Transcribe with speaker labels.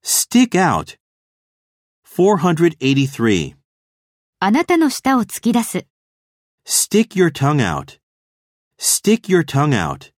Speaker 1: Stick out. 483.
Speaker 2: あなたの舌を突き出す。
Speaker 1: Stick your tongue out. Stick your tongue out.